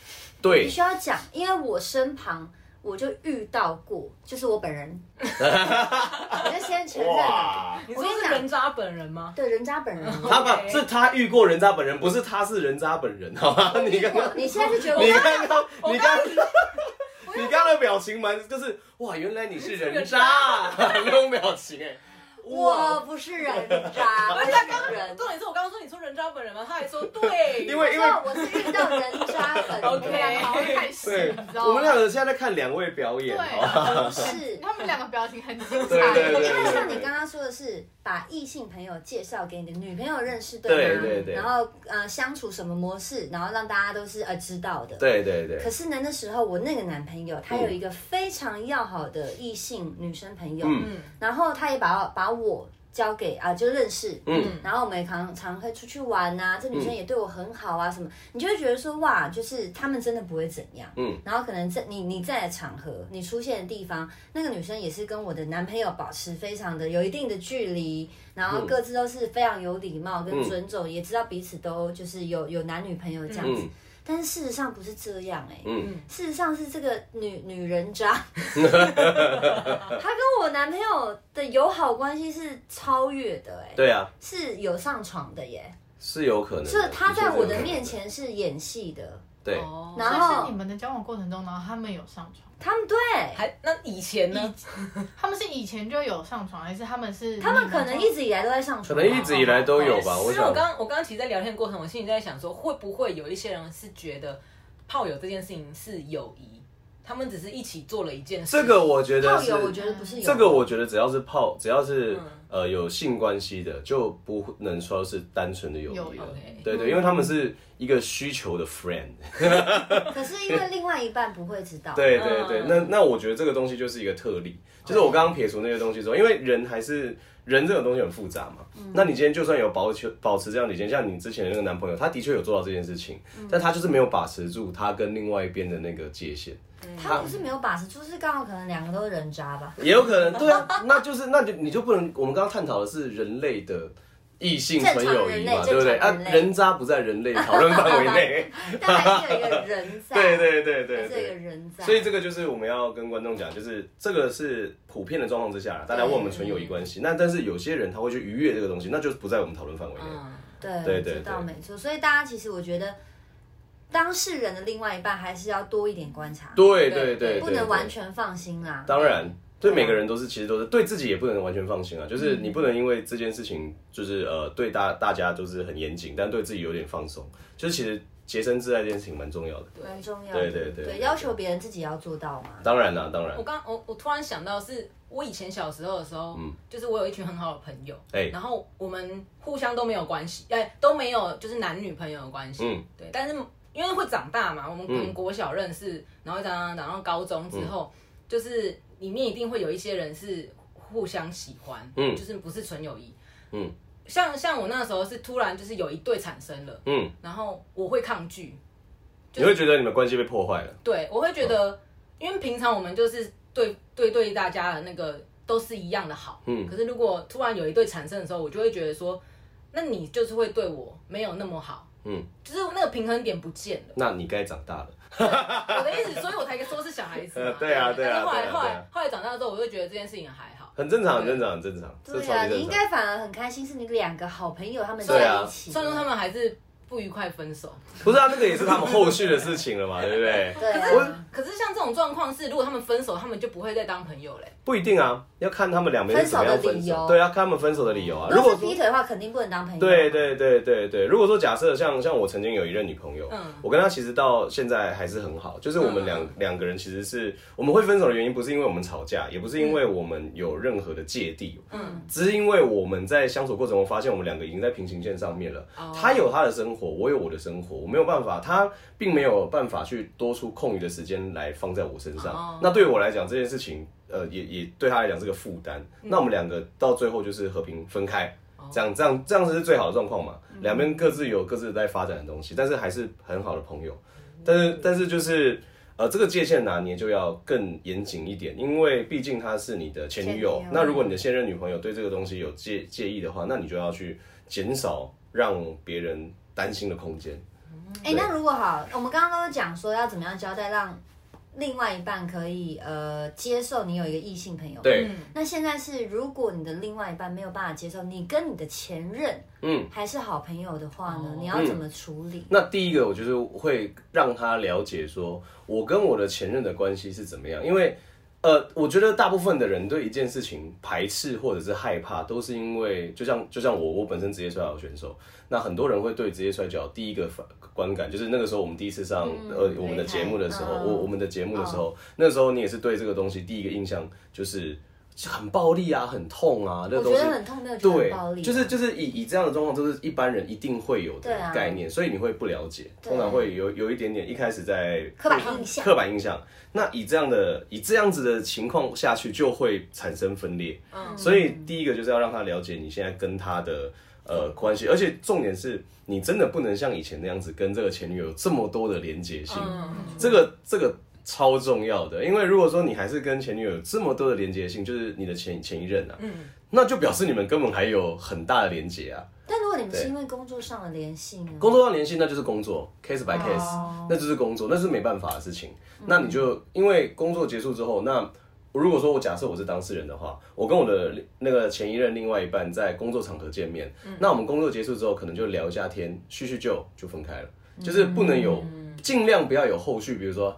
Speaker 3: 对
Speaker 1: 必，须要讲，因为我身旁。我就遇到过，就是我本 人，我就先承认了。
Speaker 3: 哇，
Speaker 2: 你
Speaker 1: 我
Speaker 2: 说
Speaker 1: 跟你
Speaker 2: 是
Speaker 1: 讲
Speaker 2: 人渣本人吗？
Speaker 1: 对，人渣本 人，
Speaker 3: 他把是他遇过人渣本人，不是他是人渣本人，好吧？你刚刚
Speaker 1: 我你现在是觉得我
Speaker 3: 你刚刚你刚你刚刚的表情蛮就是哇，原来你是人渣啊那种表情哎，
Speaker 1: 我
Speaker 3: 哇，
Speaker 1: 不是人渣，我是人。
Speaker 2: 重点是我刚刚说你说人渣本人吗？他还说对，
Speaker 3: 因为因为
Speaker 1: 那我是遇到人渣本
Speaker 4: 我们两个好像太细，
Speaker 3: 对
Speaker 4: 你知，道吗？
Speaker 3: 我们两个现在在看两位表演，哦好吧
Speaker 1: 不
Speaker 4: 对，
Speaker 1: 是
Speaker 4: 啊他们两个表情很精彩。
Speaker 3: 对对对
Speaker 1: 因为像你刚刚说的是，把异性朋友介绍给你的女朋友认识，吗？
Speaker 3: 对对对
Speaker 1: 然后呃，相处什么模式，然后让大家都是呃知道的。
Speaker 3: 对对对
Speaker 1: 可，是呢，那时候我那个男朋友，他有一个非常要好的异性女生朋友，
Speaker 3: 嗯
Speaker 2: 嗯
Speaker 1: 然后他也把把我交给啊、就认识，
Speaker 3: 嗯，
Speaker 1: 然后我们也常常会出去玩呐、这女生也对我很好啊，什么，你就会觉得说哇，就是他们真的不会怎样，
Speaker 3: 嗯，
Speaker 1: 然后可能在你你在的场合，你出现的地方，那个女生也是跟我的男朋友保持非常的有一定的距离，然
Speaker 3: 嗯
Speaker 1: 后各自都是非常有礼貌跟尊重，也知道彼此都就是有有男女朋友这样子，
Speaker 3: 嗯
Speaker 1: 但是事实上不是这样哎、
Speaker 3: 嗯
Speaker 2: 嗯，
Speaker 1: 事实上是这个女女人 渣，她跟我男朋友的友好关系是超越的哎、
Speaker 3: 对啊，
Speaker 1: 是有上床的耶，
Speaker 3: 是有可能的，
Speaker 1: 是他在我的面
Speaker 3: 前，
Speaker 1: 前是演戏的，
Speaker 3: 对，
Speaker 2: 哦
Speaker 1: 然后
Speaker 4: 所以是你们的交往过程中呢，他们有上床，
Speaker 1: 他们对，
Speaker 2: 还那以前呢？
Speaker 4: 他们是以前就有上床，还是他们是
Speaker 1: 他们可能一直以来都在上
Speaker 3: 可
Speaker 1: 床吧，啊
Speaker 3: 能一直以来都有吧，我
Speaker 2: 因为
Speaker 3: 想
Speaker 2: 我，刚我刚刚其实，在聊天的过程，我心里在想说，会不会有一些人是觉得炮友这件事情是友谊，他们只是一起做了一件事。
Speaker 3: 这个我觉得
Speaker 1: 炮
Speaker 3: 是
Speaker 1: 友，我觉得不是有
Speaker 3: 这个我觉得只要是泡，只要是、
Speaker 2: 嗯
Speaker 3: 呃有性关系的，就不能说是单纯的友
Speaker 4: 友
Speaker 3: 谊
Speaker 4: 谊
Speaker 3: 了。
Speaker 2: OK 嗯
Speaker 3: 对对，因为他们是一个需求的 friend。
Speaker 1: 可是因为另外一半不会知道，
Speaker 3: 对对对，
Speaker 2: 嗯
Speaker 3: 那那我觉得这个东西就是一个特例，就是我刚刚撇除那些东西之后，因为人还是人这种东西很复杂嘛。
Speaker 2: 嗯
Speaker 3: 那你今天就算有保持保持这样底线，像你之前的那个男朋友，他的确有做到这件事情，
Speaker 2: 嗯
Speaker 3: 但他就是没有把持住他跟另外一边的那个界限。
Speaker 1: 他不是没有把持，就是刚好可能两个都是人渣 吧。
Speaker 3: 也有可能，对啊，那就是那就你就不能，我们刚刚探讨的是人类的异性纯友谊嘛，
Speaker 1: 正常人类
Speaker 3: 对
Speaker 1: 正
Speaker 3: 不对？
Speaker 1: 常
Speaker 3: 啊
Speaker 1: 人，类
Speaker 3: 人渣不在人类讨论范围 内，
Speaker 1: 但还是有一个人在，
Speaker 3: 对对对对
Speaker 1: 还是有一个
Speaker 3: 对。
Speaker 1: 人在，
Speaker 3: 所以这个就是我们要跟观众讲，就是这个是普遍的状况之下啦，大家问我们纯友谊关
Speaker 1: 嗯
Speaker 3: 系，那但是有些人他会去逾越这个东西，那就不在我们讨论范围内。
Speaker 2: 嗯，
Speaker 1: 对
Speaker 3: 对
Speaker 1: 我
Speaker 3: 对
Speaker 1: 知道
Speaker 3: 对
Speaker 1: 没错。所以大家其实我觉得，当事人的另外一半还是要多一点观察，
Speaker 3: 对
Speaker 2: 对
Speaker 3: 对对，
Speaker 1: 不
Speaker 3: 对
Speaker 1: 能完。
Speaker 3: 对
Speaker 1: 全放心啦。
Speaker 3: 当然，对每个人都是，其实都是对自己也不能完全放心啊。就是
Speaker 1: 嗯
Speaker 3: 你不能因为这件事情，就是呃，对大大家都是很严谨，但对自己有点放松。就是其实洁身自爱这件事情蛮重要的。
Speaker 1: 蛮
Speaker 2: 对。
Speaker 1: 重要的，
Speaker 3: 对对对
Speaker 1: 对，要求别人自己要做到嘛。
Speaker 3: 当然啦，当然
Speaker 1: 嗯
Speaker 2: 我，刚我我突然想到是，我以前小时候的时候，
Speaker 3: 嗯
Speaker 2: 就是我有一群很好的朋友，
Speaker 3: 哎
Speaker 2: 然后我们互相都没有关系，哎、都没有就是男女朋友的关系，
Speaker 3: 嗯
Speaker 2: 对，但是因为会长大嘛，我们可能
Speaker 3: 嗯
Speaker 2: 国小认识，然后长长长到高中之后，就是里面一定会有一些人是互相喜欢，
Speaker 3: 嗯
Speaker 2: 就是不是纯友谊，
Speaker 3: 嗯，
Speaker 2: 像像我那时候是突然就是有一对产生了，
Speaker 3: 嗯，
Speaker 2: 然后我会抗拒，
Speaker 3: 你会觉得你们关系被破坏了。
Speaker 2: 对，我会觉得，因为平常我们就是对对对大家的那个都是一样的好，
Speaker 3: 嗯
Speaker 2: 可是如果突然有一对产生的时候，我就会觉得说，那你就是会对我没有那么好，
Speaker 3: 嗯，
Speaker 2: 就是那个平衡点不见了。
Speaker 3: 那你该长大了。
Speaker 2: 我的意思，所以我才说是小孩子嘛
Speaker 3: 呃。 对啊对
Speaker 2: 但
Speaker 3: 啊
Speaker 2: 是后
Speaker 3: 对
Speaker 2: 来
Speaker 3: 啊
Speaker 2: 后
Speaker 3: 对
Speaker 2: 来
Speaker 3: 啊
Speaker 2: 后来长大之后，我就觉得这件事情还好。
Speaker 3: 很正常，很
Speaker 2: 对
Speaker 3: 正常，很正常，这
Speaker 1: 对
Speaker 3: 超
Speaker 1: 啊，
Speaker 3: 级
Speaker 1: 你应
Speaker 3: 正常。
Speaker 1: 该反而很开心，是你两个好朋友他们
Speaker 3: 对
Speaker 1: 在
Speaker 3: 啊
Speaker 1: 一起，
Speaker 2: 虽然说他们还是不愉快分手，
Speaker 3: 不是啊，那个也是他们后续的事情了嘛，对不对？
Speaker 1: 对啊
Speaker 3: 我
Speaker 2: 可是像这种状况是，如果他们分手，他们就不会再当朋友嘞。
Speaker 3: 不一定啊，要看他们两边是怎么样
Speaker 1: 分手的
Speaker 3: 分
Speaker 1: 理由
Speaker 3: 手。对啊，看他们分手的理由啊。
Speaker 1: 如
Speaker 3: 如
Speaker 1: 果
Speaker 3: 果
Speaker 1: 是
Speaker 3: 说
Speaker 1: 劈腿的话，肯定不能当朋友。
Speaker 3: 对，对对对对，如果说假设像像我曾经有一任女朋友，
Speaker 2: 嗯
Speaker 3: 我跟她其实到现在还是很好，就是我们两、
Speaker 2: 嗯
Speaker 3: 两个人其实是我们会分手的原因，不是因为我们吵架，也不是因为我们有任何的芥蒂，
Speaker 2: 嗯，
Speaker 3: 只是因为我们在相处过程中发现我们两个已经在平行线上面了。
Speaker 2: 哦
Speaker 3: 她有她的生活，我有我的生活，我没有办法，她并没有办法去多出空余的时间来放在我身上。
Speaker 2: 哦
Speaker 3: 那对我来讲这件
Speaker 2: 嗯
Speaker 3: 事情，呃，也也对她来讲是个负担。那我们两个到最后就是和平分开。
Speaker 2: 哦
Speaker 3: 这样这样这样子是最好的状况嘛。
Speaker 2: 嗯
Speaker 3: 两边各自有各自在发展的东西，但是还是很好的朋友。但是但是就是呃，这个界限拿捏就要更严谨一点，因为毕竟她是你的前
Speaker 1: 前
Speaker 3: 女友
Speaker 1: 女友。
Speaker 3: 那如果你的现任女朋友对这个东西有介介意的话，那你就要去减少让别人担心的空间。
Speaker 1: 哎、那如果好，我们刚刚都是讲说要怎么样交代，让另外一半可以呃接受你有一个异性朋友。
Speaker 3: 对，
Speaker 2: 嗯
Speaker 1: 那现在是，如果你的另外一半没有办法接受你跟你的前任，嗯，还是好朋友的话
Speaker 2: 哦
Speaker 1: 呢，你
Speaker 3: 嗯
Speaker 1: 要怎么处理？
Speaker 3: 那第一个，我就是会让他了解说，我跟我的前任的关系是怎么样，因为。呃，我觉得大部分的人对一件事情排斥或者是害怕，都是因为就像就像我我本身职业摔跤选手，那很多人会对职业摔跤第一个反观感就是那个时候我们第一次上、呃我们的节目的时候，
Speaker 1: 嗯擂台嗯
Speaker 3: 我我们的节目的时候，那时候你也是对这个东西第一个印象就是很暴力啊，很痛啊，那个
Speaker 1: 我
Speaker 3: 东
Speaker 1: 觉
Speaker 3: 西
Speaker 1: 得很痛，没有觉得很
Speaker 3: 对
Speaker 1: 暴力，，
Speaker 3: 就是就是以以这样的状况，都是一般人一定会有的
Speaker 1: 对啊
Speaker 3: 概念，所以你会不了解，
Speaker 1: 对
Speaker 3: 通常会有有一点点一开始在
Speaker 1: 刻板印象
Speaker 3: 刻板印象。那以这样的以这样子的情况下去，就会产生分裂。
Speaker 2: 嗯
Speaker 3: 所以第一个就是要让他了解你现在跟他的。呃，关系，而且重点是你真的不能像以前那样子跟这个前女友有这么多的连结性，
Speaker 2: 嗯，
Speaker 3: 这个这个超重要的，因为如果说你还是跟前女友有这么多的连结性，就是你的前前一任啊，
Speaker 2: 嗯
Speaker 3: 那就表示你们根本还有很大的连结啊。
Speaker 1: 但如果你们是
Speaker 3: 对
Speaker 1: 因为工作上的联系呢？
Speaker 3: 工作上联系那就是工作，case by case，、
Speaker 4: 哦
Speaker 3: 那就是工作，那是没办法的事情。
Speaker 1: 嗯
Speaker 3: 那你就因为工作结束之后，那如果说我假设我是当事人的话，我跟我的那个前一任另外一半在工作场合见面，
Speaker 1: 嗯
Speaker 3: 那我们工作结束之后可能就聊一下天，叙叙旧就分开了，就是不能有，
Speaker 1: 嗯
Speaker 3: 尽量不要有后续，比如说。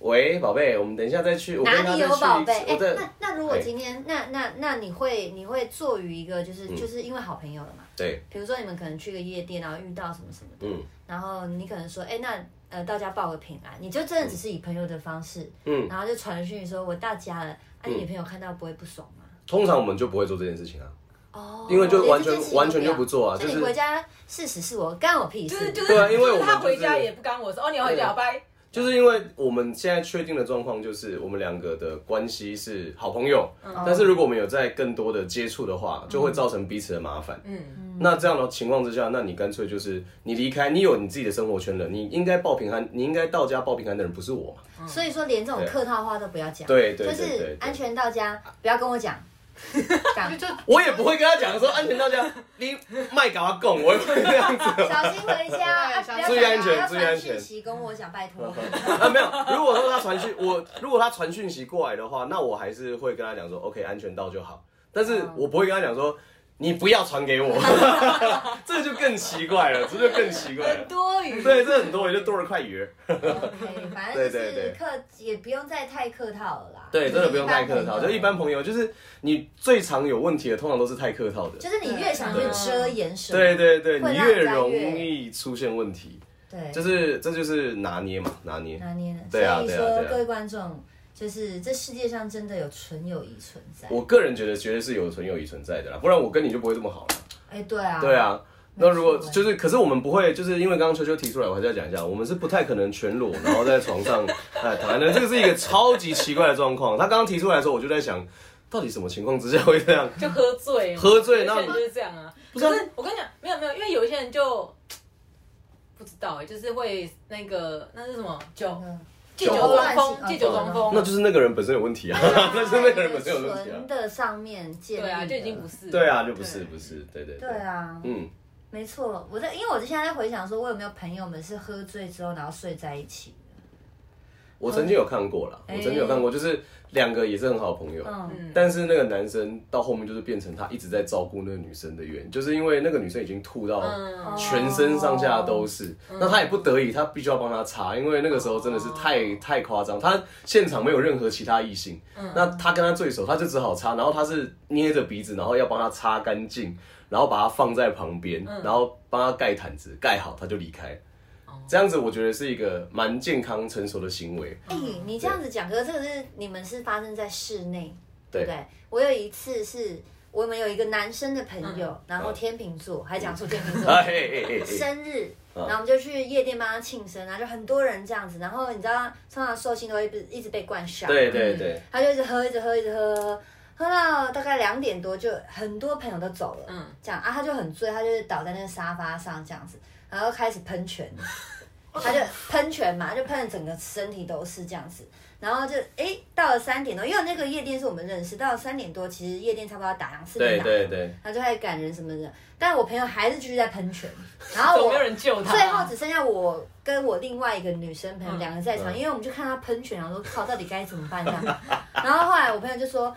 Speaker 3: 喂，宝贝，我们等一下再去。我跟
Speaker 1: 哪
Speaker 3: 他
Speaker 1: 里
Speaker 3: 再
Speaker 1: 有
Speaker 3: 去
Speaker 1: 宝
Speaker 3: 一
Speaker 1: 贝
Speaker 3: 次？
Speaker 1: 哎、
Speaker 3: 我再
Speaker 1: 那那如果
Speaker 3: 哎
Speaker 1: 今天，那那那你会你会做于一个
Speaker 3: 嗯
Speaker 1: 就是、就是因为好朋友了嘛？
Speaker 3: 对，
Speaker 1: 比如说你们可能去个夜店，然后遇到什么什么的，
Speaker 3: 嗯
Speaker 1: 然后你可能说，哎、那呃大家报个平安，你就真的只是以朋友的方式，
Speaker 3: 嗯，
Speaker 1: 然后就传讯说我到家了，啊，你女朋友看到不会不爽吗？
Speaker 3: 通常我们就不会做这件事情啊。
Speaker 1: 哦，
Speaker 3: 因为就
Speaker 1: 连
Speaker 3: 完
Speaker 1: 这
Speaker 3: 全
Speaker 1: 件事情都
Speaker 3: 完全就
Speaker 1: 要
Speaker 3: 不做啊
Speaker 1: 所以
Speaker 3: 就
Speaker 1: 你
Speaker 3: 是
Speaker 1: 回家，事实是我干我屁
Speaker 2: 就
Speaker 1: 事，
Speaker 2: 是就是，
Speaker 3: 对啊因为我们
Speaker 2: 他回
Speaker 3: 就
Speaker 2: 家
Speaker 3: 是
Speaker 2: 也不干我事，哦，你要回家，
Speaker 3: 对
Speaker 2: 拜。
Speaker 3: 就是因为我们现在确定的状况就是我们两个的关系是好朋友，
Speaker 1: 嗯
Speaker 3: 但是如果我们有在更多的接触的话，就会造成彼此的麻烦。
Speaker 2: 嗯，
Speaker 3: 那这样的情况之下，那你干脆就是你离开，你有你自己的生活圈了，你应该报平安，你应该到家报平安的人不是我嘛？
Speaker 1: 所以说连这种客套话都不要讲，
Speaker 3: 嗯对对
Speaker 1: 就
Speaker 3: 对对
Speaker 1: 是
Speaker 3: 对
Speaker 1: 安全到家，不要跟我 讲，讲
Speaker 4: 就
Speaker 3: 我也不会跟他讲说安全到家，你卖给他供，我也不会这样子。
Speaker 1: 小心回家， 啊不要
Speaker 4: 注
Speaker 3: 意安全
Speaker 1: 不要
Speaker 3: 注意安
Speaker 1: 传
Speaker 3: 全
Speaker 1: 讯息跟我讲，拜托。
Speaker 3: 啊，没有。如果说他传讯我，如果他传讯息过来的话，那我还是会跟他讲说，OK，安全到就好。但是我不会跟他讲说，你不要传 给我，这就更奇怪了，这就更奇怪了。
Speaker 1: 多余
Speaker 3: 对，这很多，也就多了块鱼。
Speaker 1: OK，反正就
Speaker 3: 对对
Speaker 1: 是
Speaker 3: 对
Speaker 1: 客也不用再太客套了啦。
Speaker 3: 对，真的不用太
Speaker 1: 就是一
Speaker 3: 客
Speaker 1: 般
Speaker 3: 套，
Speaker 1: 朋友
Speaker 3: 就一般朋友，就是你最常有问题的，通常都是太客套的。
Speaker 1: 就是你越想
Speaker 2: 啊
Speaker 1: 越遮掩什么。
Speaker 3: 对对对，
Speaker 1: 会
Speaker 3: 你
Speaker 1: 让
Speaker 3: 越
Speaker 1: 人家
Speaker 3: 容
Speaker 1: 越
Speaker 3: 易出现问题，
Speaker 1: 对，
Speaker 3: 就是这就是拿捏嘛，拿捏。
Speaker 1: 拿捏了。所
Speaker 3: 对啊
Speaker 1: 以
Speaker 3: 对啊
Speaker 1: 说
Speaker 3: 对，啊
Speaker 1: 各位观众，就是这世界上真的有纯友谊存在。
Speaker 3: 我个人觉得绝对是有存有谊存在的啦，不然我跟你就不会这么好了。
Speaker 1: 哎，对啊，
Speaker 3: 对， 啊，那如果
Speaker 1: 没错欸
Speaker 3: 就是，可是我们不会，就是因为刚刚秋秋提出来，我还是要讲一下，我们是不太可能全裸，然后在床上 哎躺在那，这个是一个超级奇怪的状况。他刚刚提出来的时候，我就在想，到底什么情况之下会这样？
Speaker 2: 就喝醉嘛，
Speaker 3: 喝
Speaker 2: 有
Speaker 3: 醉那
Speaker 2: 些人就是这样啊。
Speaker 3: 不是啊
Speaker 2: 可是我跟你讲，没有没有，因为有一些人就不知道哎、就是会那个那是什么酒
Speaker 1: 嗯
Speaker 2: 借酒装疯，借酒装
Speaker 1: 哦
Speaker 2: 疯，
Speaker 3: 那就是那个人本身有问题啊， 那就是那个人本身有问题啊
Speaker 1: 纯。的上面建立的
Speaker 2: 对啊，就已经不是
Speaker 3: 对啊，就不是
Speaker 4: 对
Speaker 3: 不是，对对
Speaker 1: 对，啊，
Speaker 3: 嗯，
Speaker 1: 没错。我在因为我现在在回想说，我有没有朋友们是喝醉之后然后睡在一起的？
Speaker 3: 我曾经有看过啦，我曾经有看过，就是两个也是很好的朋友，
Speaker 1: 哎嗯，
Speaker 3: 但是那个男生到后面就是变成他一直在照顾那个女生的原因，就是因为那个女生已经吐到
Speaker 2: 嗯，
Speaker 3: 全身上下都是。
Speaker 1: 哦
Speaker 3: 那他也不得已，他必须要帮他擦，因为那个时候真的是太、太夸张，他现场没有任何其他异性。
Speaker 1: 嗯
Speaker 3: 那他跟他最熟，他就只好擦，然后他是捏着鼻子，然后要帮他擦干净，然后把它放在旁边，
Speaker 1: 嗯
Speaker 3: 然后帮他盖毯子，盖好他就离开。
Speaker 1: 哦
Speaker 3: 这样子我觉得是一个蛮健康成熟的行为。
Speaker 1: 哎、你这样子讲，哥，这个是你们是发生在室内，对
Speaker 3: 对
Speaker 1: 不对？我有一次是我们有一个男生的朋友，然后天秤座，还讲出天秤座。
Speaker 3: 哎嗯哎哎哎，
Speaker 1: 生日，然后我们就去夜店帮他庆生啊，就很多人这样子。然后你知道，通常寿星都会一直一直被灌上，
Speaker 3: 对对对，
Speaker 1: 嗯他就一直喝，一直喝，一直喝，喝喝到大概两点多，就很多朋友都走了，
Speaker 2: 嗯
Speaker 1: 这样啊，他就很醉，他就是倒在那个沙发上这样子，然后开始喷 泉，他就喷泉嘛，就喷的整个身体都是这样子，然后就诶，到了三点多，因为那个夜店是我们认识，到了三点多，其实夜店差不多要打烊，四点打
Speaker 3: 对
Speaker 1: 烊，
Speaker 3: 对对，
Speaker 1: 然后就开始赶人什么的，但我朋友还是继续在喷 泉，然后
Speaker 2: 怎么
Speaker 1: 我
Speaker 2: 没有人救他？
Speaker 1: 最后只剩下我跟我另外一个女生朋友
Speaker 2: 嗯
Speaker 1: 两个在场，
Speaker 3: 嗯
Speaker 1: 因为我们就看她喷泉，然后说靠，到底该怎么办这样。然后后来我朋友就说，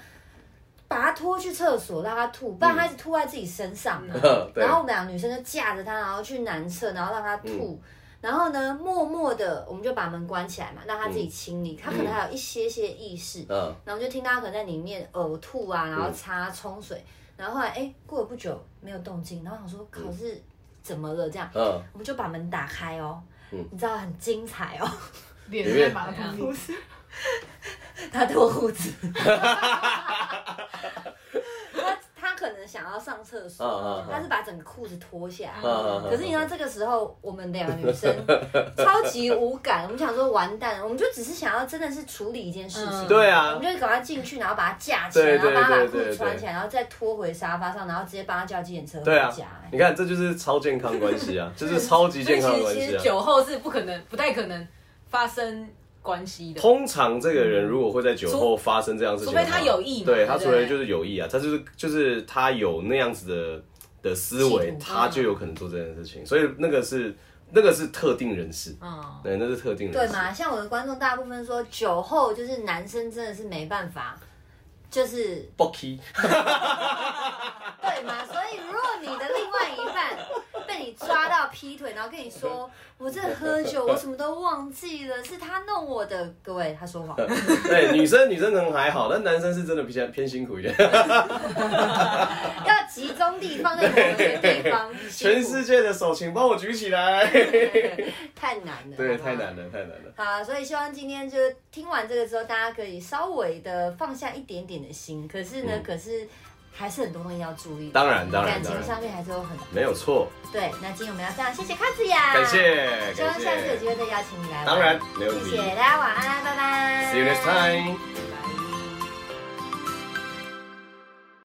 Speaker 1: 把她拖去厕所让她吐，不然她一直吐在自己身上 嘛。
Speaker 3: 嗯
Speaker 1: 嗯
Speaker 3: 对
Speaker 1: 然后我们两个女生就架着她，然后去男厕，然后让她吐。然后呢，默默的我们就把门关起来嘛，让她自己清理。她可能还有一些些意识，
Speaker 3: 嗯，
Speaker 1: 然后就听到她可能在里面呕吐啊，然后擦冲水。然后后来哎，过了不久没有动静，然后想说考试怎么了这样。
Speaker 3: 嗯，
Speaker 1: 我们就把门打开哦，
Speaker 3: 嗯
Speaker 1: 你知道很精彩哦，
Speaker 4: 脸在马桶里，
Speaker 1: 他脱裤 子，他他可能想要上厕所，
Speaker 3: 嗯嗯嗯
Speaker 1: 他是把整个裤子脱下来。
Speaker 3: 嗯嗯嗯
Speaker 1: 可是你知道这个时候，我们两个女 生超级无感，我们想说完蛋了，我们就只是想要真的是处理一件事情，
Speaker 2: 嗯
Speaker 3: 对
Speaker 1: 我
Speaker 3: 啊
Speaker 1: 们，就赶快进去，然后把它架起来，然后
Speaker 3: 对对
Speaker 1: 帮他把
Speaker 3: 对
Speaker 1: 裤子
Speaker 3: 对
Speaker 1: 穿
Speaker 3: 对
Speaker 1: 起来，然后再拖回沙发上，然后直接帮他叫计程车回
Speaker 3: 对啊
Speaker 1: 家。
Speaker 2: 欸
Speaker 1: 哎
Speaker 3: 你看这就是超健康关 系啊，就是超级
Speaker 2: 所以
Speaker 3: 健
Speaker 2: 其
Speaker 3: 康的
Speaker 2: 实
Speaker 3: 关
Speaker 2: 其
Speaker 3: 系
Speaker 2: 实
Speaker 3: 啊。
Speaker 2: 酒后是不可能、不太可能发生关系的。
Speaker 3: 通常这个人如果会在酒后发生这样的事情的话，
Speaker 2: 除非他有意嘛
Speaker 3: 对
Speaker 2: 对
Speaker 3: 他
Speaker 2: 不
Speaker 3: 除
Speaker 2: 对
Speaker 3: 非就是有意啊，他就是就是他有那样子的的思维
Speaker 1: 企，图
Speaker 2: 啊
Speaker 3: 他就有可能做这件事情，所以那个是那个是特定人士，
Speaker 2: 嗯，
Speaker 3: 对，那是特定人
Speaker 1: 对
Speaker 3: 士，
Speaker 1: 嘛？像我的观众大部分说酒后就是男生真的是没办法，就是
Speaker 3: 不 key，
Speaker 1: 对嘛？所以如果你的另外一半被你抓到劈腿，然后跟你说我这喝酒，我什么都忘记了，是他弄我的，各位他说谎。
Speaker 3: 对，女生女生可能还好，但男生是真的比较偏辛苦一点。
Speaker 1: 要集中地放在某个地方，
Speaker 3: 全世界的手，请帮我举起来。
Speaker 1: 界太难了，
Speaker 3: 对，
Speaker 1: 好不好
Speaker 3: 太难了，太难了。
Speaker 1: 好啊，所以希望今天就是听完这个之后，大家可以稍微的放下一点点的心。可是呢，
Speaker 3: 嗯
Speaker 1: 可是还是很多东西要注意的。
Speaker 3: 当然，当然，
Speaker 1: 感
Speaker 3: 当
Speaker 1: 情
Speaker 3: 然，
Speaker 1: 上面还是有很
Speaker 3: 没有错。
Speaker 1: 对。那今天我们要非常谢谢卡子
Speaker 2: 啊
Speaker 1: 雅，
Speaker 3: 感谢，
Speaker 1: 希望
Speaker 3: 感
Speaker 1: 下次有机
Speaker 3: 谢。
Speaker 1: 会再邀请你来玩。
Speaker 3: 当然，没问
Speaker 1: 谢
Speaker 3: 题。
Speaker 1: 谢大家，晚安，拜拜。
Speaker 3: See you next time.